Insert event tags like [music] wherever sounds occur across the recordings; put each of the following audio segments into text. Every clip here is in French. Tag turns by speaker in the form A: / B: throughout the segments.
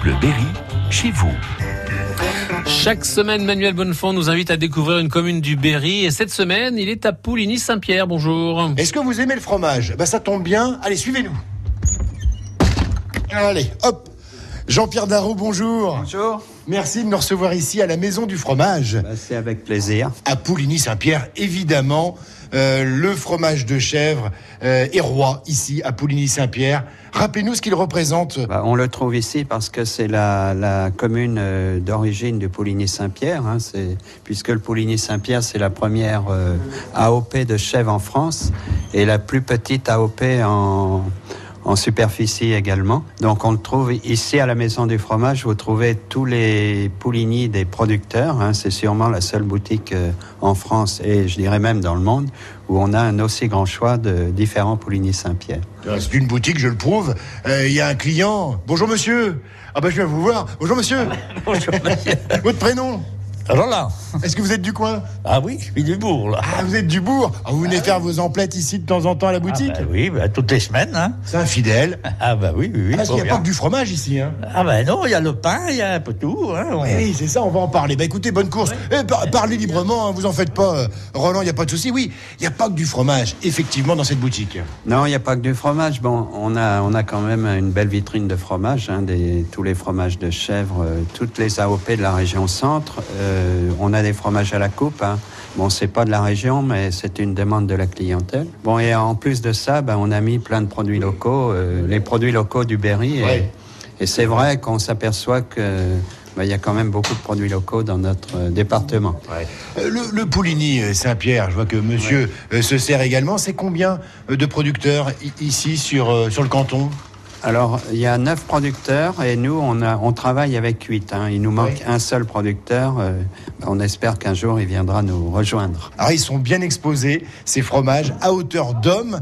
A: Bleu Berry, chez vous.
B: Chaque semaine, Manuel Bonnefond nous invite à découvrir une commune du Berry. Et cette semaine, il est à Pouligny-Saint-Pierre. Bonjour.
C: Est-ce que vous aimez le fromage Ben ça tombe bien. Allez, suivez-nous. Allez, hop. Jean-Pierre Darroux, bonjour.
D: Bonjour.
C: Merci de nous recevoir ici à la Maison du Fromage,
D: Bah, c'est avec plaisir.
C: à Pouligny-Saint-Pierre, évidemment. Euh, le fromage de chèvre euh, est roi ici à Pouligny-Saint-Pierre. Rappelez-nous ce qu'il représente.
D: Bah, on le trouve ici parce que c'est la, la commune euh, d'origine de Pouligny-Saint-Pierre, hein, c'est- puisque le Pouligny-Saint-Pierre, c'est la première euh, AOP de chèvre en France et la plus petite AOP en, en superficie également. Donc on le trouve ici à la Maison du Fromage, vous trouvez tous les Pouligny des producteurs, hein, c'est sûrement la seule boutique euh, en France et je dirais même dans le monde où on a un aussi grand choix de différents Pouligny-Saint-Pierre.
C: Euh, C'est une boutique, je le prouve. Euh, Il y a un client. Bonjour monsieur. Ah ben je viens vous voir. Bonjour monsieur.
E: Bonjour.
C: Votre prénom
E: Alors là,
C: Est-ce que vous êtes du coin
E: ah oui, je suis du bourg là.
C: Ah, vous êtes du bourg. Ah, vous venez faire vos emplettes ici de temps en temps à la boutique
E: Ah bah oui, bah, toutes les semaines. Hein.
C: C'est
E: [laughs]
C: infidèle.
E: Ah bah oui, oui, oui.
C: Parce
E: faut
C: qu'il n'y a
E: bien.
C: pas que du fromage ici. Hein.
E: Ah bah non, il y a le pain, il y a un peu tout. Hein, on-
C: Eh oui, c'est ça, on va en parler. Bah écoutez, bonne course. Eh, par- parlez librement, hein, vous en faites pas. euh, Roland, il n'y a pas de souci. Oui, il n'y a pas que du fromage, effectivement, dans cette boutique.
D: Non, il n'y a pas que du fromage. Bon, on a, on a quand même une belle vitrine de fromage, hein, des, tous les fromages de chèvre, euh, toutes les AOP de la région centre. Euh, on a des fromages à la coupe. Hein. Bon, c'est pas de la région, mais c'est une demande de la clientèle. Bon, et en plus de ça, ben, on a mis plein de produits locaux, euh, les produits locaux du Berry. Et,
C: Ouais.
D: et c'est vrai qu'on s'aperçoit que ben, il y a quand même beaucoup de produits locaux dans notre euh, département.
C: Euh, Le, le Pouligny euh, Saint-Pierre, je vois que monsieur euh, se sert également. C'est combien euh, de producteurs i- ici sur, euh, sur le canton
D: Alors, il y a neuf producteurs et nous, on, a- on travaille avec huit. hein. Il nous manque
C: Oui.
D: un seul producteur. euh, on espère qu'un jour, il viendra nous rejoindre.
C: Alors, ils sont bien exposés, ces fromages, à hauteur d'homme.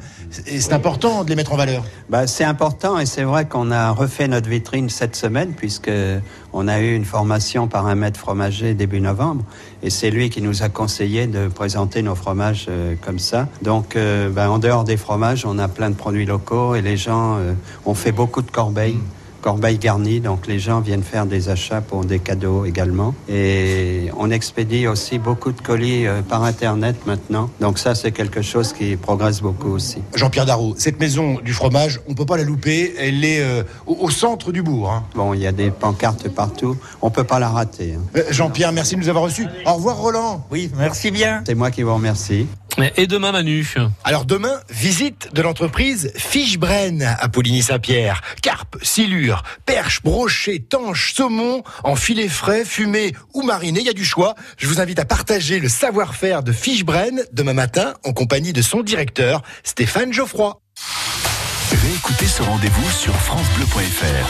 C: Et c'est important de les mettre en valeur.
D: Bah, c'est important et c'est vrai qu'on a refait notre vitrine cette semaine puisque on a eu une formation par un maître fromager début novembre et c'est lui qui nous a conseillé de présenter nos fromages euh, comme ça. Donc, euh, bah, en dehors des fromages, on a plein de produits locaux et les gens euh, ont fait beaucoup de corbeilles. Corbeilles garnies, donc les gens viennent faire des achats pour des cadeaux également. Et on expédie aussi beaucoup de colis euh, par Internet maintenant. Donc ça, c'est quelque chose qui progresse beaucoup aussi.
C: Jean-Pierre Darroux, cette maison du fromage, on ne peut pas la louper. Elle est euh, au, au centre du bourg. hein.
D: Bon, il y a des pancartes partout. On peut pas la rater. hein.
C: Euh, Jean-Pierre, merci de nous avoir reçus. Au revoir, Roland.
E: Oui, merci bien.
D: C'est moi qui vous remercie.
B: Et demain, Manu.
C: Alors demain, visite de l'entreprise Fichebren à Pouligny-Saint-Pierre. Carpe, silure, perche, brochet, tanche, saumon, en filet frais, fumé ou mariné, il y a du choix. Je vous invite à partager le savoir-faire de Fichebren demain matin en compagnie de son directeur, Stéphane Geoffroy.
A: Réécoutez ce rendez-vous sur FranceBleu.fr